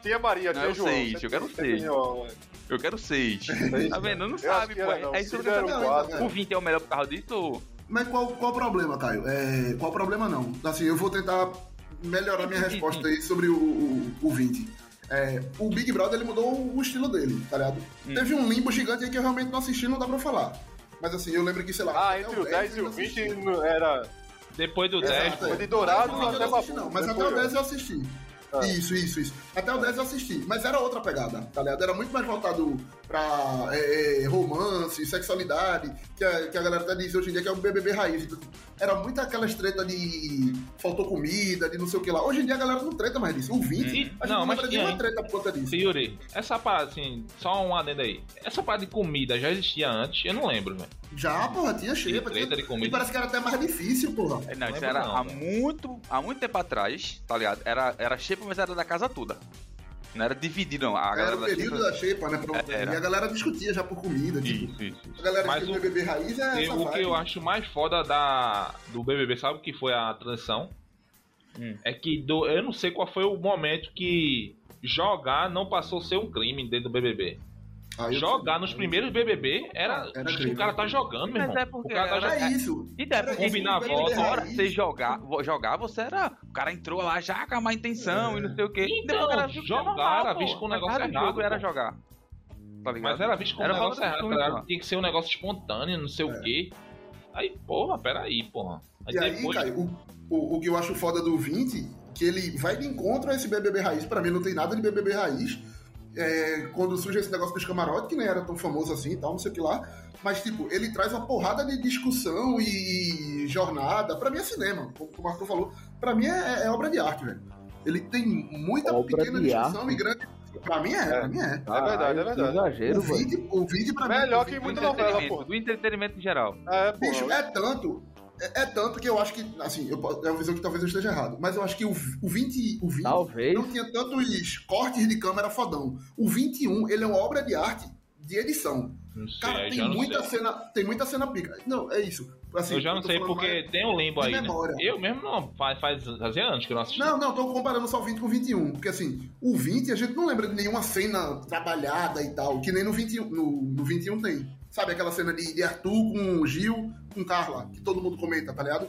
Tinha Maria,
Não,
tinha
eu
João.
sei,
sempre-
eu quero
sempre
sei.
tinha um-
Eu quero 6. Tá vendo? Não
né? Eu acho
sabe,
que
pô.
era, não.
É isso que eu
Cida
quero
era um.
saber.
o
saber.
4.
O 20 é o melhor por causa disso ou...
Mas qual, qual o problema, Caio? É, qual o problema, não? Assim, eu vou tentar melhorar minha resposta aí sobre o, o, o 20. É, o Big Brother, ele mudou o estilo dele, tá ligado?
Hum.
Teve um limbo gigante aí que eu realmente não assisti, não dá pra eu falar. Mas assim, eu lembro que, sei lá...
Ah,
até
entre o 10 e o 20
eu não assisti.
não era.
Depois do 10,
Exato,
pô,
é.
Foi de Dourados
Não, eu
até
não assisti,
Babu.
não, mas até
Depois,
o 10 eu assisti.
Ah.
Isso, isso, isso. Até o 10 eu assisti, mas era outra pegada, tá ligado? Era muito mais voltado pra é, é, romance, sexualidade, que a, que a galera até diz hoje em dia que é o BBB raiz. Era muito aquelas treta de faltou comida, de não sei o que lá. Hoje em dia a galera não treta mais disso. O 20,
Hum.
a gente
Não,
não,
mas
lembra de
tinha,
uma
hein?
treta por conta disso.
Yuri, essa parada, assim, só um adendo aí. Essa parada de comida já existia antes? Eu não lembro, velho.
Já, porra, tinha cheia.
Tinha
tinha-
treta de comida.
E parece que era até mais difícil, porra.
É, Não, isso
Lembro
era
não,
há,
velho.
muito, há muito tempo atrás, tá ligado? Era, era xepa, mas era da casa toda. Não era dividido, não. A
Era
galera
o
da
período
xepa-
da xepa, né? pra-
É, era.
E a galera discutia já por comida, tipo.
Isso, isso.
A galera
Mas
que
o-
o BBB raiz é
E
essa
o que
vibe.
eu acho mais foda da, do BBB, sabe o que foi a transição?
Hum.
É que do, eu não sei qual foi o momento que jogar não passou a ser um crime dentro do BBB.
Aí eu-
Jogar nos primeiros BBB era.
Era
o
incrível.
cara tá jogando, meu
Mas
irmão.
é porque
o cara tá
era-
jogando.
É isso.
E deve
Era
combinar
isso,
a voz,
era
Agora,
isso.
você jogar, vo- jogar, você era. O cara entrou lá já com a má intenção e não sei o quê.
Então,
Depois o cara viu que era
jogar
normal,
era
pô.
visto como um
Mas
negócio
cada jogo
errado,
era
pô.
jogar. Tá ligado?
Mas era visto como
Era
um
falta
negócio
de
errado,
costume,
cara.
mano.
Tinha que ser um negócio espontâneo, não sei o quê. Aí, porra, peraí, porra. Aí
É. E aí,
depois.
Caio, o, o, o que eu acho foda do 20, que ele vai de encontro a esse BBB raiz. Pra mim, não tem nada de BBB raiz. É, quando surge esse negócio dos camarotes, que nem era tão famoso assim e tal, não sei o que lá. Mas, tipo, ele traz uma porrada de discussão e jornada. Pra mim é cinema, como o Marco falou. Pra mim é, é obra de arte, velho. Ele tem muita
Obra
pequena
de
discussão e grande. Pra mim é, pra mim é.
É verdade, é
Caralho, que
verdade.
O
Exagero, velho.
20, o 20 pra mim.
Melhor
o
que
20
muita
Do
pra mim é-
novela,
entretenimento,
pô.
do entretenimento em geral.
É, pô.
Bicho, é tanto. É, é tanto que eu acho que, assim, eu, po- é uma visão que talvez eu esteja errado, mas eu acho que o, v- o 20, o 20
Talvez.
não tinha tantos cortes de câmera fodão. O 21, ele é uma obra de arte de edição.
Não sei,
Cara,
aí já
tem
não
muita
sei.
cena, tem muita cena pica. Não, é isso. Assim,
Eu já não
tô
sei
falando
porque
mais-
tem um limbo
de
aí, né?
memória.
Eu mesmo não faz, faz fazia anos que eu não assisti.
Não, não, tô comparando só o 20 com o 21, porque assim, o 20 a gente não lembra de nenhuma cena trabalhada e tal, que nem no 21, no, no 21 tem. Sabe aquela cena de, de Arthur com o Gil, com Carla, que todo mundo comenta, tá ligado?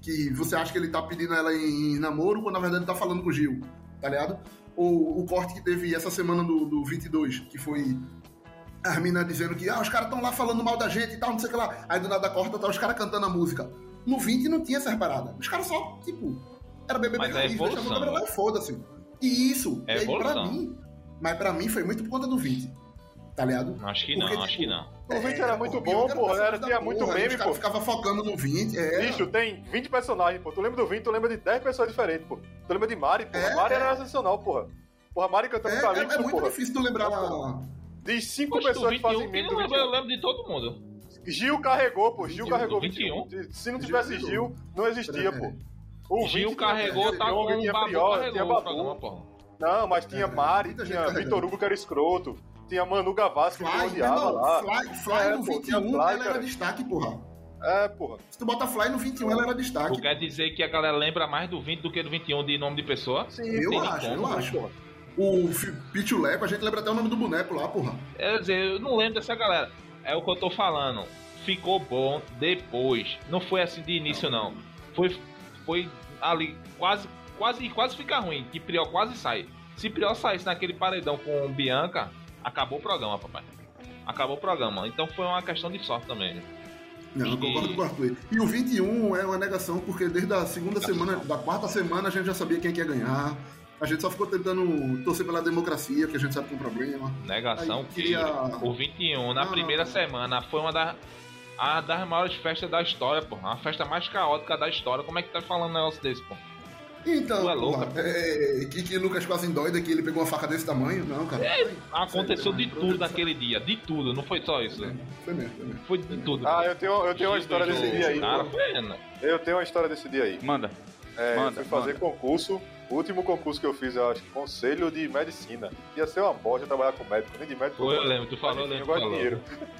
Que você acha que ele tá pedindo ela em, em namoro, quando na verdade ele tá falando com o Gil, tá ligado? Ou o corte que teve essa semana do, do 22, que foi as minas dizendo que ah, os caras estão lá falando mal da gente e tal, não sei o que lá. Aí do nada corta, tá os caras cantando a música. No 20 não tinha essas paradas. Os caras só, tipo, era bebê
Mas é evolução,
câmera lá e foda-se. E isso,
É
e aí, pra
evolução.
mim, mas pra mim foi muito por conta do 20. Tá ligado?
Acho que
Porque,
não, acho
tipo,
que não.
O 20 era muito
e eu
bom,
quero
porra. Era,
personagem da
tinha muito
porra,
meme,
os caras
pô.
Ficava focando no 20. É,
Bicho, tem 20 personagens, pô. Tu lembra do 20, tu lembra de 10 pessoas diferentes, pô. Tu lembra de Mari, porra.
É,
Mari
é.
era sensacional, porra. Porra, Mari
é,
cantando
é, é
calypso,
muito
porra.
difícil tu lembrar lá.
De 5
Poxa, do
pessoas que fazem
21, quem
meme
não
do
lembra, eu
21.
lembro de todo mundo.
Gil carregou, pô. Gil
21,
carregou
21.
21. Se não tivesse
Gil
Gil, não existia,
É.
pô. O um
Gil
20
carregou,
tinha
tá
Pyong,
com o
tinha
Babu
Prior, tinha
carregou o
Babu.
programa, porra.
Não, mas tinha
É,
Mari,
muita gente
tinha
carregando.
Vitor Hugo que era escroto, tinha Manu Gavassi que
Fly, meu
rodeava
irmão,
lá.
Fly, Fly
É,
no
pô,
21,
tinha Fly,
ela era
cara.
destaque, porra.
É, porra.
Se tu bota Fly no 21, ela era destaque.
Tu quer dizer que a galera lembra mais do 20 do que do 21 de nome de pessoa?
Sim,
Eu
tem
acho,
como,
eu
né,
acho. O Fi- Pichuleco, a gente lembra até o nome do boneco lá, porra.
É, Quer dizer, eu não lembro dessa galera. É o que eu tô falando. Ficou bom depois. Não foi assim de início, não. Foi, foi ali quase, quase, quase fica ruim. Que Priol quase sai. Se Priol saísse naquele paredão com Bianca, acabou o programa, papai. Acabou o programa. Então foi uma questão de sorte também. né?
Não, eu
E-
concordo com o Arthur. E o 21 é uma negação, porque desde a segunda semana, da quarta semana, a gente já sabia quem é que ia ganhar. A gente só ficou tentando torcer pela democracia, que a gente sabe que é um problema.
Negação
Aí,
que
queria-
o 21, na
Não,
primeira
não, não.
semana, foi uma das, a das maiores festas da história, porra. A festa mais caótica da história. Como é que tá falando um negócio desse, pô?
Então,
Tu é louca,
porra, é, que, que Lucas quase endoida que ele pegou uma faca desse tamanho. Não, cara.
Aconteceu de
Foi-
tudo naquele dia, de tudo, não foi só isso. né?
Foi mesmo, foi mesmo.
Foi de tudo.
Ah, eu tenho, eu tenho uma história desse dia aí,
Cara,
pô.
foi, né?
Eu tenho uma história desse dia aí.
Manda.
É,
Manda,
eu fui fazer concurso. O último concurso que eu fiz, eu acho que conselho de medicina. Ia ser uma bosta trabalhar com médico, nem de médico.
Foi, eu
gosto.
lembro, tu falou, eu
Mas, enfim,
lembro.
gosto de
tu falou.
dinheiro.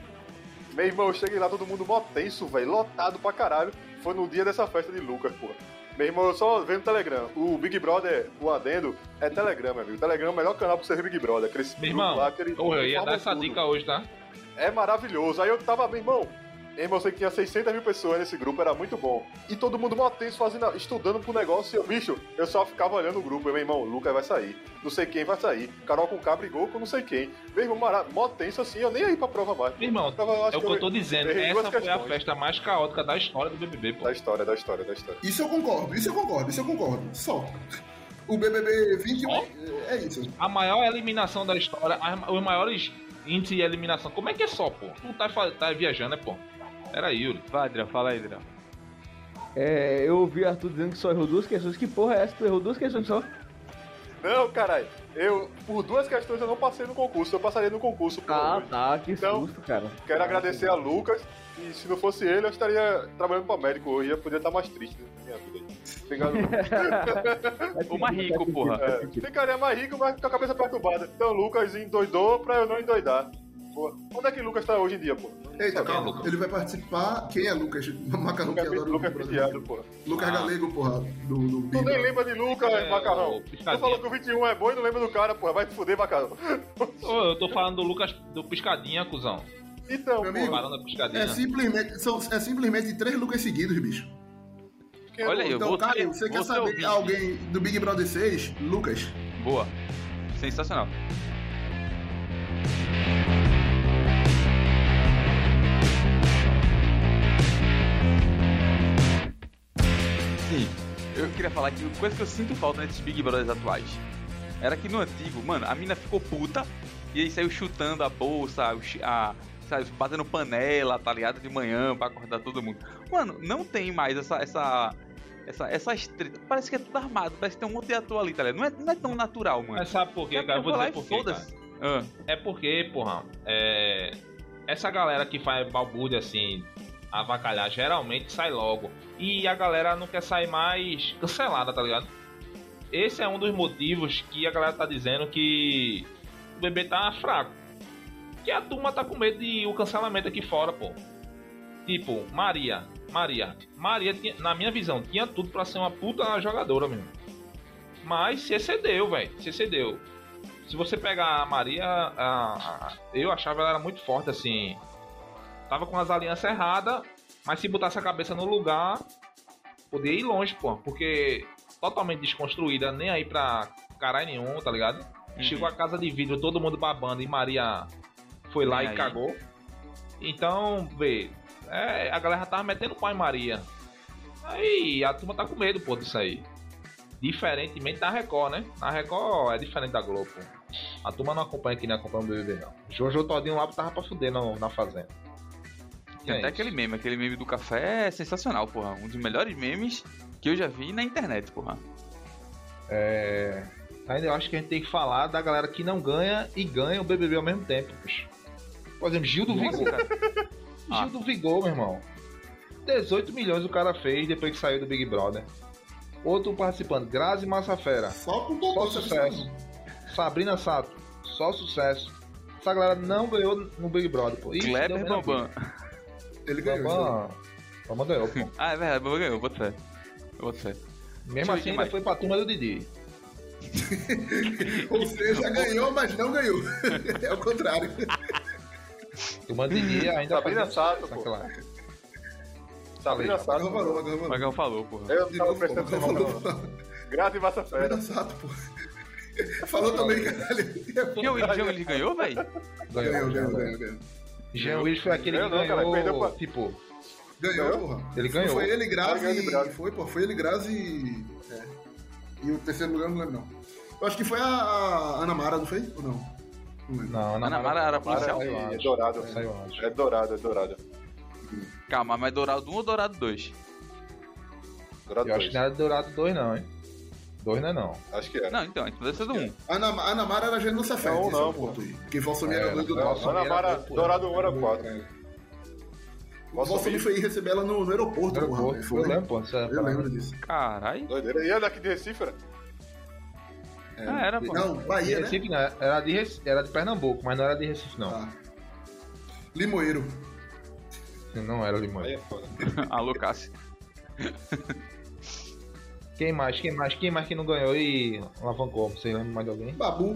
Meu irmão, eu cheguei lá, todo mundo mó tenso, velho, lotado pra caralho. Foi no dia dessa festa de Lucas, porra. Meu irmão, eu só vendo Telegram. O Big Brother, o adendo, é Telegram, meu amigo. Telegram é o melhor canal pra você ver Big Brother. Aquele
Meu
grupo
irmão,
lá, que ele
Ô, eu ia
informa
dar essa
tudo.
dica hoje, tá?
É maravilhoso. Aí eu tava, meu irmão. Meu irmão, eu sei que tinha 600 mil pessoas nesse grupo, era muito bom. E todo mundo mó tenso, fazendo, estudando pro negócio. E eu, bicho, eu só ficava olhando o grupo. Eu, meu irmão, o Lucas vai sair. Não sei quem vai sair. Carol com K brigou com não sei quem. Meu irmão, mara- mó tenso assim, eu nem aí pra prova mais.
Meu irmão,
Eu tava, Então, eu acho
É o que eu tô dizendo,
errei duas
essa foi a
questões. Tá.
festa mais caótica da história do BBB, pô.
Da história, da história, da história.
Isso eu concordo, isso eu concordo, isso eu concordo. Só. O BBB 21
Ó.
é isso.
A maior eliminação da história, as- os maiores índices de eliminação. Como é que é só, pô? Tu tá, fa- tá viajando, né, pô? Pera aí, Yuri.
Vai, Adriano, fala aí, Adriano.
É, eu ouvi Arthur dizendo que só errou duas questões. Que porra é essa? Tu errou duas questões só?
Não, caralho. Eu, por duas questões, eu não passei no concurso. Eu passaria no concurso, pô.
Ah, tá. Que
Então,
susto, cara.
Quero agradecer a Lucas. E se não fosse ele, eu estaria trabalhando pra médico hoje. Eu poderia estar mais triste na minha vida. aí. Obrigado, Lucas.
O mais rico, porra.
É, ficaria mais rico, mas com a cabeça perturbada. Então o Lucas endoidou pra eu não endoidar. Boa. Onde é que Lucas tá hoje em dia, pô?
Quem
Eita,
é
calma.
Lucas?
então, Ele vai participar. Quem é Lucas? Macarrão que
Lucas, é
adora
Lucas
o Big
Penteado,
Brother.
pô.
Lucas
Ah.
Galego, porra, do, do Big
Tu nem
Brother.
lembra de Lucas,
É,
macarrão.
o
Tu
Piscadinha.
falou que o 21 é bom e não lembra do cara, porra. Vai te fuder, macarrão.
Ô, eu tô falando do Lucas do Piscadinha, cuzão.
Então,
Meu
pô.
amigo,
Parando da Piscadinha.
É simplesmente, são, é simplesmente três Lucas seguidos, bicho.
quem-
Olha aí, eu
Então,
vou
Caio, você quer saber alguém do Big Brother 6? Lucas.
Boa. Sensacional. Sim, eu queria falar que uma coisa que eu sinto falta nesses Big Brothers atuais era que no antigo, mano, a mina ficou puta e aí saiu chutando a bolsa, o chi- a, sabe, batendo panela, tá ligado? De manhã pra acordar todo mundo. Mano, não tem mais essa. essa essa, essa estreta, parece que é tudo armado, parece que tem um monte de ator ali, tá ligado? Não é, não é tão natural, mano.
Mas sabe por quê,
Sabe,
cara? Eu vou
lá
dizer
e
por quê, cara.
foda-se. Ah,
É porque, porra, é... essa galera que faz balbúrdia assim, avacalhar, geralmente sai logo. E a galera não quer sair mais cancelada, tá ligado? Esse é um dos motivos que a galera tá dizendo que o bebê tá fraco. Que a turma tá com medo de o cancelamento aqui fora, pô. Tipo, Maria. Maria. Maria, tinha- na minha visão, tinha tudo pra ser uma puta jogadora mesmo. Mas se excedeu, velho. Se excedeu. Se você pegar a Maria, a- a- eu achava ela era muito forte, assim. Tava com as alianças erradas, mas se botasse a cabeça no lugar, podia ir longe, pô. Porque totalmente desconstruída, nem aí pra caralho nenhum, tá ligado?
Uhum.
Chegou a casa de vidro, todo mundo babando e Maria foi lá
Nem
e
aí.
cagou. Então, vê, é, a galera tava metendo pau em Maria. Aí a turma tá com medo, pô, disso aí. Diferentemente da Record, né? Na Record é diferente da Globo. A turma não acompanha aqui, nem acompanha o BBB, não. Jojo Todinho lá tava pra fuder no- na fazenda. E
tem até
é isso.
aquele meme, aquele meme do café é sensacional, porra. Um dos melhores memes que eu já vi na internet, porra.
É... Ainda eu acho que a gente tem que falar da galera que não ganha e ganha o BBB ao mesmo tempo, bicho. Por exemplo, Gil do
Nossa,
Vigor.
cara. Ah.
Gil do Vigor, meu irmão. 18 milhões o cara fez depois que saiu do Big Brother. Outro participante, Grazi Massafera.
Só com
Só
todo
sucesso. Sabrina Sato, só sucesso. Essa galera não ganhou no Big Brother, pô. Ixi, é deu
Kleber
merda.
Bambam.
Ele ganhou. sabe?
Bambam. Bambam ganhou, pô.
Ah, é verdade, Bambam ganhou, boto fé. Boto fé. Deixa
Mesmo
eu ver
assim,
quem
ainda
mais.
foi pra turma do Didi.
Ou seja, ganhou, mas não ganhou. é o contrário.
Turma do Didi ainda
Sabrina
fazia
Sato,
sucesso
pô.
naquela época.
Sabrina
Agora
Sato.
varou, agora
O
varou.
Magal falou, porra.
Eu não
De
tava
novo, pô,
prestando
agora
atenção, não.
falou.
Grazi Massa Fera.
Sabrina Sato, pô. Falou também, caralho.
Jean é Willis, Jean Willis ganhou, velho?
Ganhou, ganhou, ganhou, ganhou.
Jean Willis
é
foi aquele que
Ganhou não, cara,
ganhou,
perdeu pra-
tipo,
Ganhou,
Ganhou?
porra. Tipo,
ele ganhou.
Foi ele, Grazi.
Ganhou de Grazi.
Foi, pô. Foi ele, Grazi. e- É. E o terceiro lugar eu não lembro, não. Eu acho que foi a, a Ana Mara, não foi? Ou não? Não lembro.
Não,
Ana Mara era policial?
saiu
É
antes.
dourado.
Saiu antes.
É dourado, é dourado.
Calma, mas Dourado 1 ou Dourado 2?
Dourado
Eu acho que
dois.
não era Dourado 2 não, hein. 2 não é não.
Acho que é.
Não, então, então deve ser do 1.
A Ana, a Ana Mara era gente do Cefete.
Não,
esse é
não,
o ponto aí. Porque Valsomir
Era,
era doido do
era.
Nelson.
Ana Mara,
Bolsonaro,
dourado 1 era 4.
O Valsomir foi ir receber ela no, no aeroporto,
Era
porra.
Porto,
velho.
eu lembro, pô. essa
Eu
parada.
lembro disso.
Caralho.
Doideira. E é daqui de Recife, era?
Ah, era, pô.
É. Não,
De
Bahia, né?
Recife, não, era de, Recife, era de Pernambuco, mas não era de Recife, não.
Tá. Limoeiro.
Não era Limoeiro.
Aí é foda.
Alô, Cássio.
Quem mais? Quem mais? Quem mais que não ganhou e alavancou? Você lembra mais de alguém?
Babu.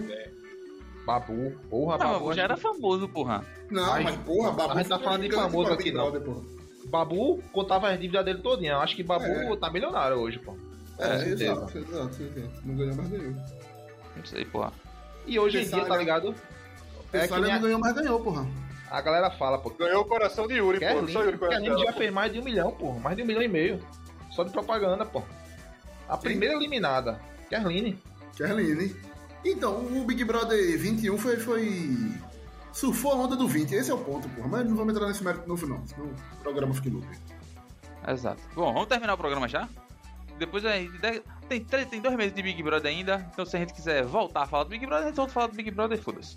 Babu. Porra,
Não,
Babu.
mas já
acho
era famoso, porra.
Não,
Mas-
mas, porra, Babu. é
mas tá falando de
foi
famoso
pra
aqui,
Big
não.
Brother, porra.
que Babu contava as dívidas dele todinha. Eu Acho que Babu
É.
tá milionário hoje, pô.
É,
certeza.
exato, exato, exato. Não ganhou, mas ganhou.
Não sei, porra.
E hoje em
Pessoal,
dia, tá
né?
ligado? É que
Pessoal,
nem
não
a,
ganhou, mas ganhou, porra.
a galera fala, pô.
Ganhou o coração de Yuri,
é
pô. Só Yuri
Kerlin,
conhece
Kerlin já
ela. pô.
fez mais de um milhão, pô. Mais de um milhão e meio. Só de propaganda, pô. A primeira eliminada. Kerline.
Kerline. Então, o Big Brother 21 foi. foi... Surfou a onda do 20, esse é o ponto, porra. Mas não vamos entrar nesse mérito novo, não. Senão o programa fica louco.
Exato. Bom, vamos terminar o programa já? Depois a gente deve- tem, três, tem dois meses de Big Brother ainda, então se a gente quiser voltar a falar do Big Brother, a gente volta a falar do Big Brother e foda-se.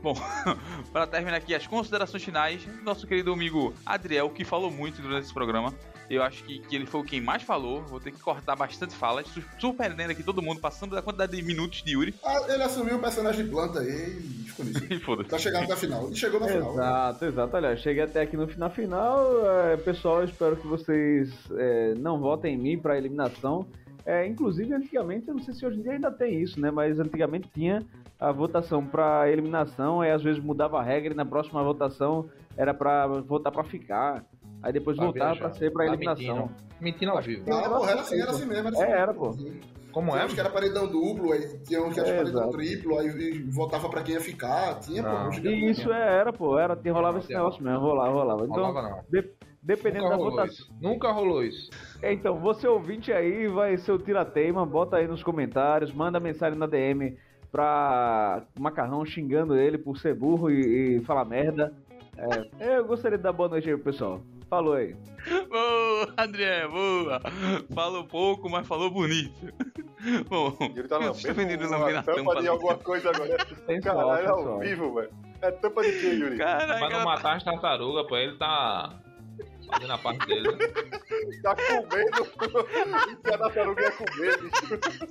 Bom, para terminar aqui as considerações finais, nosso querido amigo Adriel, que falou muito durante esse programa, Eu acho que, que ele foi o quem mais falou. Vou ter que cortar bastante fala, su- surpreendendo aqui todo mundo, passando da quantidade de minutos de Yuri.
Ah, ele assumiu o personagem de planta aí e ficou nisso.
E foda-se.
Tá chegando até a final. Ele chegou na final.
Exato, exato. Olha, cheguei até aqui no final. final é, pessoal, eu espero que vocês é, não votem em mim para eliminação. É, inclusive, antigamente, eu não sei se hoje em dia ainda tem isso, né? Mas antigamente tinha a votação para eliminação, aí às vezes mudava a regra e na próxima votação era para votar para ficar. Aí depois
Tá
voltava
viajando,
para ser para
tá
eliminação.
Mentindo ao vivo.
Ah, porra, era assim, era assim mesmo.
É, era, pô.
assim mesmo.
Como
Tinha
é?
uns que era paredão duplo, aí tinha um que era
É,
paredão
exato.
triplo, aí e votava pra quem ia ficar. Tinha,
Não.
pô, uns
E isso é, era, pô, era, tinha- rolava esse negócio mesmo, rolava, rolava.
Não
Então,
rolava, não.
dependendo
Nunca
da
rolou
votação.
isso. Nunca rolou isso.
É, Então, você ouvinte aí, vai ser o tira-teima, bota aí nos comentários, manda mensagem na DM pra Macarrão xingando ele por ser burro e, e falar merda. É, eu gostaria de dar boa noite aí pro pessoal. Falou aí.
Boa, André, boa. Falou pouco, mas falou bonito. Bom,
Ele tá
eu estou vendo
lambendo
ele
uma
lambendo a
tampa,
tampa.
de alguma coisa agora.
Sensual,
Caralho, é ao
sensual.
vivo, velho. É tampa de quê, Yuri?
Caraca,
Pra não matar as tartarugas, pô, ele tá fazendo a parte dele. né?
Tá comendo. Se a tartaruga ia comer, bicho.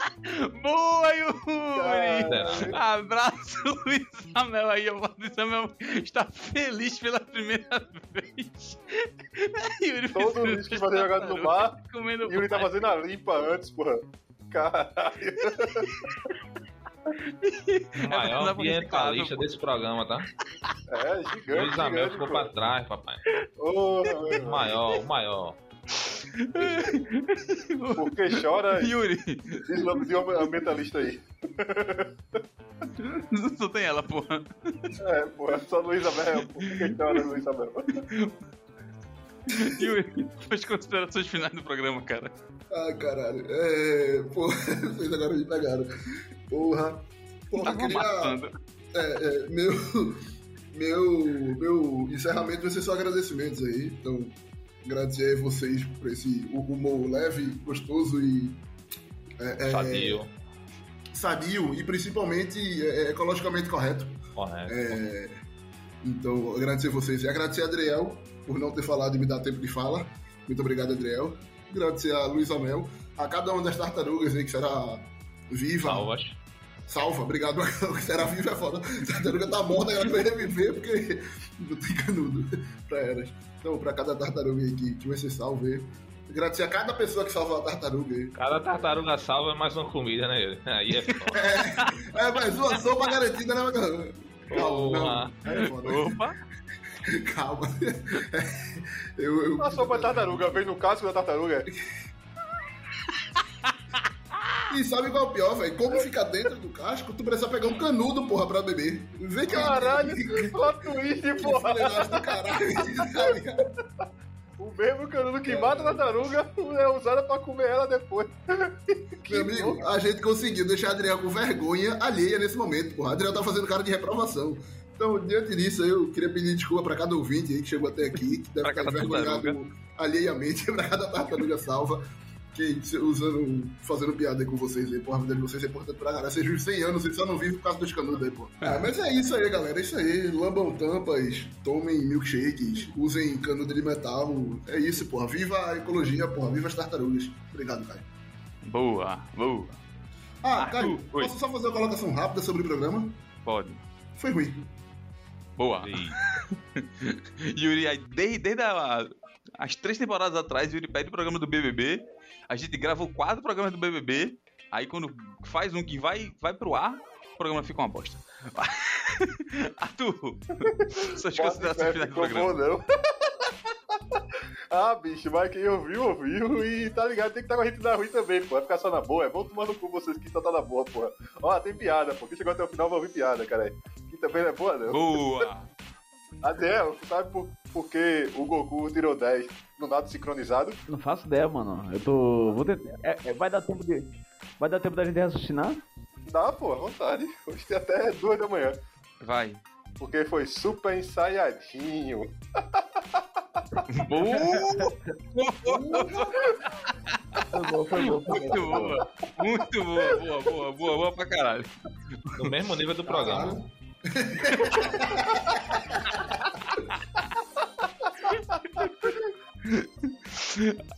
boa, Yuri.
Será?
Abraço, Luiz Amel aí. O Luiz Amel está feliz pela primeira vez. Yuri fez
Todo
um
lixo que vai ser jogado no mar.
comendo
Yuri tá fazendo a limpa antes, porra. Caralho.
É,
O
mas
maior
não é
ambientalista
por
desse programa, tá?
É, gigante,
Luiz Amel
gigante,
ficou
pô.
pra trás, papai.
Ô, meu
O
irmão.
maior, o maior.
Porque chora,
Yuri,
diz o nome de um ambientalista aí.
só tem ela, porra.
É, pô, é só Luiz Abel. Por que chora, Luiz Abel?
Yuri, as considerações finais do programa, cara.
Ai, caralho. É, porra, vocês agora me pegaram. Porra. Porra, eu
Tava
queria.
matando.
É, é, meu, meu, meu encerramento vai ser só agradecimentos aí. Então, agradecer a vocês por esse humor leve, gostoso e. É, é,
Sadio.
sadio e principalmente é, ecologicamente correto.
Correto.
É, então, agradecer a vocês e agradecer a Adriel por não ter falado e me dar tempo de fala. Muito obrigado, Adriel. Agradecer a Luiz Amel, a cada uma das tartarugas aí que será viva.
Salvas.
Salva, obrigado, Magal, que será viva é foda. A tartaruga tá morta, ela vai reviver porque não tem canudo pra elas. Então, pra cada tartaruga aí que, que vai ser salva aí. Agradecer a cada pessoa que salva a tartaruga aí.
Cada tartaruga salva é mais uma comida, né? ele? Aí é foda.
É, mas uma sopa garantida, né, Magal? Calma,
Porra.
não. É foda.
Opa.
Calma. Eu, eu-
A sopa de Ah, tartaruga veio no casco da tartaruga.
E sabe qual é o pior, velho? Como ficar dentro do casco, tu precisa pegar um canudo, porra, pra beber. Vê que é
Caralho,
que
plot twist, porra.
fuleiragem do caralho.
O mesmo canudo que mata a tartaruga é usado pra comer ela depois.
Meu amigo, a gente conseguiu deixar a Adriel com vergonha alheia nesse momento, porra. A Adriel tá fazendo cara de reprovação. Então, diante disso, eu queria pedir desculpa pra cada ouvinte aí que chegou até aqui, que deve
Pra
estar
cada
envergonhado alheiamente pra cada tartaruga salva. Que usando, fazendo piada aí com vocês aí, porra, a vida de vocês é importante pra galera. Vocês vivem 100 anos, vocês só não vivem por causa dos canudos aí, porra. Ah, mas é isso aí, galera, é isso aí. Lambam tampas, tomem milkshakes, usem canudo de metal. É isso, porra. Viva a ecologia, porra. Viva as tartarugas. Obrigado, Caio.
Boa, boa.
Ah,
Arthur,
Caio,
oi.
posso só fazer uma colocação rápida sobre o programa?
Pode.
Foi ruim.
Boa.
E
Yuri, aí, desde, desde a- as três temporadas atrás, Yuri pede o programa do BBB. A gente gravou quatro programas do BBB. Aí quando faz um que vai, vai pro ar, o programa fica uma bosta. Arthur, suas considerações finais do
ficou
programa.
bom, não. ah, bicho, mas quem ouviu, ouviu. E tá ligado, tem que estar com a gente na ruim também, pô. Vai ficar só na boa. É bom tomar no cu vocês que só tá na boa, porra. Ó, tem piada, pô. Quem chegou até o final vai ouvir piada, cara. Que também não é boa, não.
Boa!
Até, sabe por, por que o Goku tirou 10 no nado sincronizado?
Não faço ideia, mano. Eu tô. Vou tentar. é, é, vai dar tempo de. Vai dar tempo da gente raciocinar?
Dá, pô, à vontade. Hoje tem até 2 da manhã.
Vai.
Porque foi super ensaiadinho.
Boa!
Foi bom, foi bom. Foi bom.
Muito boa! Muito boa, boa, boa, boa, boa pra caralho.
no mesmo nível do programa.
Caralho.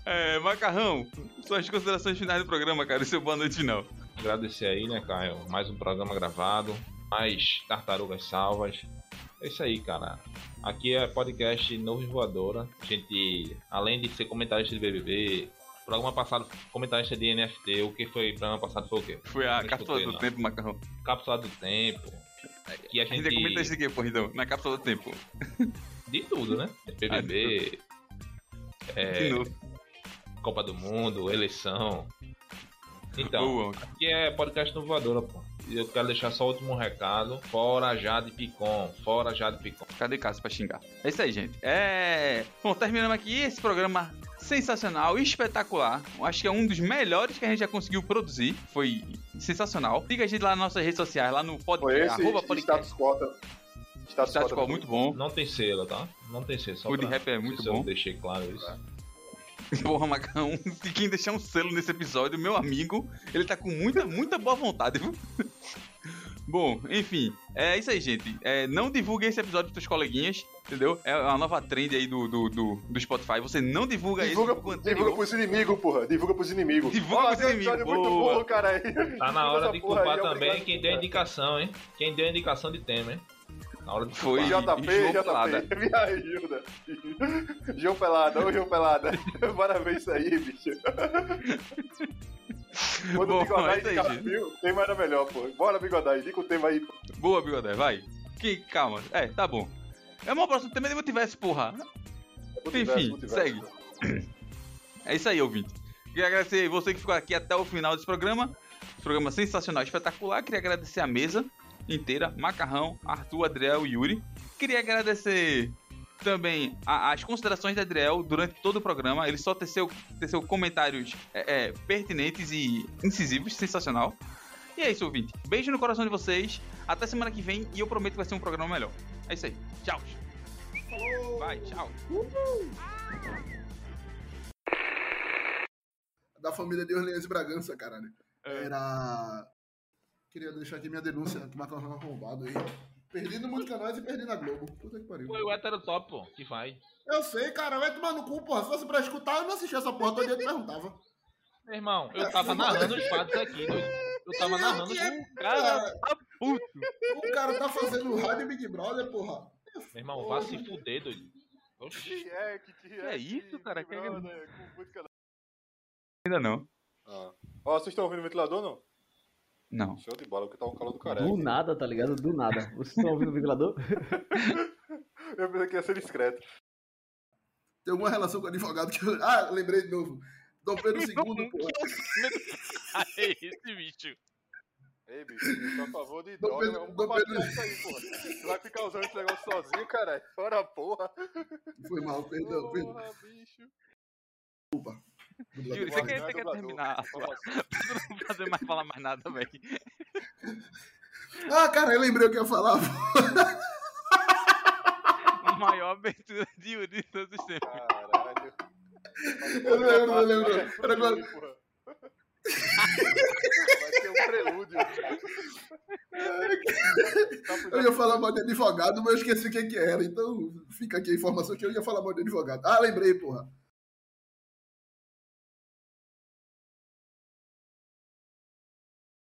É, Macarrão, suas considerações finais do programa, cara. E seu boa noite final.
Agradecer aí, né, Caio? Mais um programa gravado, mais tartarugas salvas. É isso aí, cara. Aqui é podcast Novo Voadora. A gente, além de ser comentarista de BBB, programa passado, comentarista de NFT, o que foi programa passado foi o quê?
Foi a
Não
cápsula
escutei,
do
não.
tempo, Macarrão.
Cápsula do Tempo. Que a
A gente é
gente...
comenta isso aqui, porridão. então? Na cápsula do tempo.
De tudo, né? BBB, É,
De novo.
Copa do Mundo, eleição. Então,
Boa.
que é podcast no Voadora, pô. E eu quero deixar só o último recado. Fora Jade Picon, fora Jade Picon.
Cadê Cássio pra xingar? É isso aí, gente. É. Bom, terminamos aqui esse programa sensacional, espetacular. Eu Acho que é um dos melhores que a gente já conseguiu produzir. Foi sensacional. Siga a gente lá nas nossas redes sociais, lá no
Foi
podcast.
esse
É, Arroba podcast.
status quota. Status,
Status quo
quota.
muito bom.
Não tem selo, tá? Não tem selo. Só
O de
pra-
rap é
não sei
muito
se eu
bom.
deixei claro isso.
Porra, Macarrão. Se quem deixar um selo nesse episódio, meu amigo, ele tá com muita, muita boa vontade, viu? Bom, enfim, é isso aí, gente. É, não divulgue esse episódio pros seus coleguinhas, entendeu? É uma nova trend aí do, do, do, do Spotify. Você não divulga,
Divulga,
é esse.
divulga pros inimigos, porra. Divulga pros inimigos.
Divulga
Ó,
pros
tem um
inimigos,
episódio muito
boa.
bom, cara. aí.
Tá
Divulga
na hora
essa
de
porra
culpar
aí, é um
também
obrigado,
quem deu a
cara.
indicação, hein? Quem deu a indicação de tema, hein? Na hora de
Foi.
culpar.
João
JP,
Pelada.
JP, me ajuda. João Pelada, ô João Pelada. Bora ver isso aí, bicho. Quando
Bom,
o
é
Bigodai
isso aí,
indicava
gente.
o tema era melhor, pô. Bora, Bigodai, indica o tema aí. pô.
Boa, Bigodé, vai. Que, calma. É, tá bom. É uma próxima também não tivesse, porra.
Multiverso,
Enfim,
multiverso.
segue. É isso aí, ouvinte. Queria agradecer você que ficou aqui até o final desse programa. Esse programa sensacional, espetacular. Queria agradecer a mesa inteira, Macarrão, Arthur, Adriel e Yuri. Queria agradecer também a- as considerações da Adriel durante todo o programa. Ele só teceu, teceu comentários é, é, pertinentes e incisivos, sensacional. E é isso, ouvinte. Beijo no coração de vocês. Até semana que vem e eu prometo que vai ser um programa melhor. É isso aí. Tchau. Vai, tchau.
da família de Orleans e Bragança, caralho.
É.
Era. Queria deixar aqui minha denúncia, que macarrão arrombado aí. Perdi no Mundo Canais e perdi na Globo. Puta que pariu.
Foi o hétero top, pô, que vai.
Eu sei, cara, vai tomar no cu, porra. Se fosse pra escutar, eu não assistia essa porra todo dia, tu perguntava.
Meu irmão, eu tava narrando os fatos aqui. doido. Eu tava narrando
é
com o cara.
Cara, o cara tá fazendo rádio Big Brother, porra.
Meu irmão, vá se fuder, doido. Oxi.
Jack, Jack,
é isso, cara? Que-
brother, com muito canal.
Ainda não.
Ah. Ó, vocês estão ouvindo o ventilador, não?
Não.
Show de bola, porque tá um calor do caralho.
Do nada, tá ligado? Do nada. Vocês estão ouvindo o ventilador?
Eu pensei que ia ser discreto.
Tem alguma relação com o advogado que eu... Ah, lembrei de novo. Dom Pedro II, porra.
Ai, esse bicho.
Ei, bicho, eu sou a favor de
Dom
droga,
Pedro-
vamos
Dom
compartilhar
Pedro-
isso aí, porra. Vai ficar usando esse negócio sozinho, caralho. Fora porra.
Foi mal, perdão, perdão.
Porra, bicho.
Yuri,
Dublador,
você quer,
não é
você quer
dublador.
terminar a sua... Você não vai fazer mais falar mais nada, velho.
Ah, cara, eu lembrei o que eu ia falar.
A maior abertura de Yuri de todos os tempos.
Caralho. um
Eu não lembro, eu não lembro. Era agora-
porra. Vai ter um prelúdio.
Eu ia falar mal de advogado, mas eu esqueci o que que era. Então fica aqui a informação que eu ia falar mal de advogado. Ah, lembrei, porra.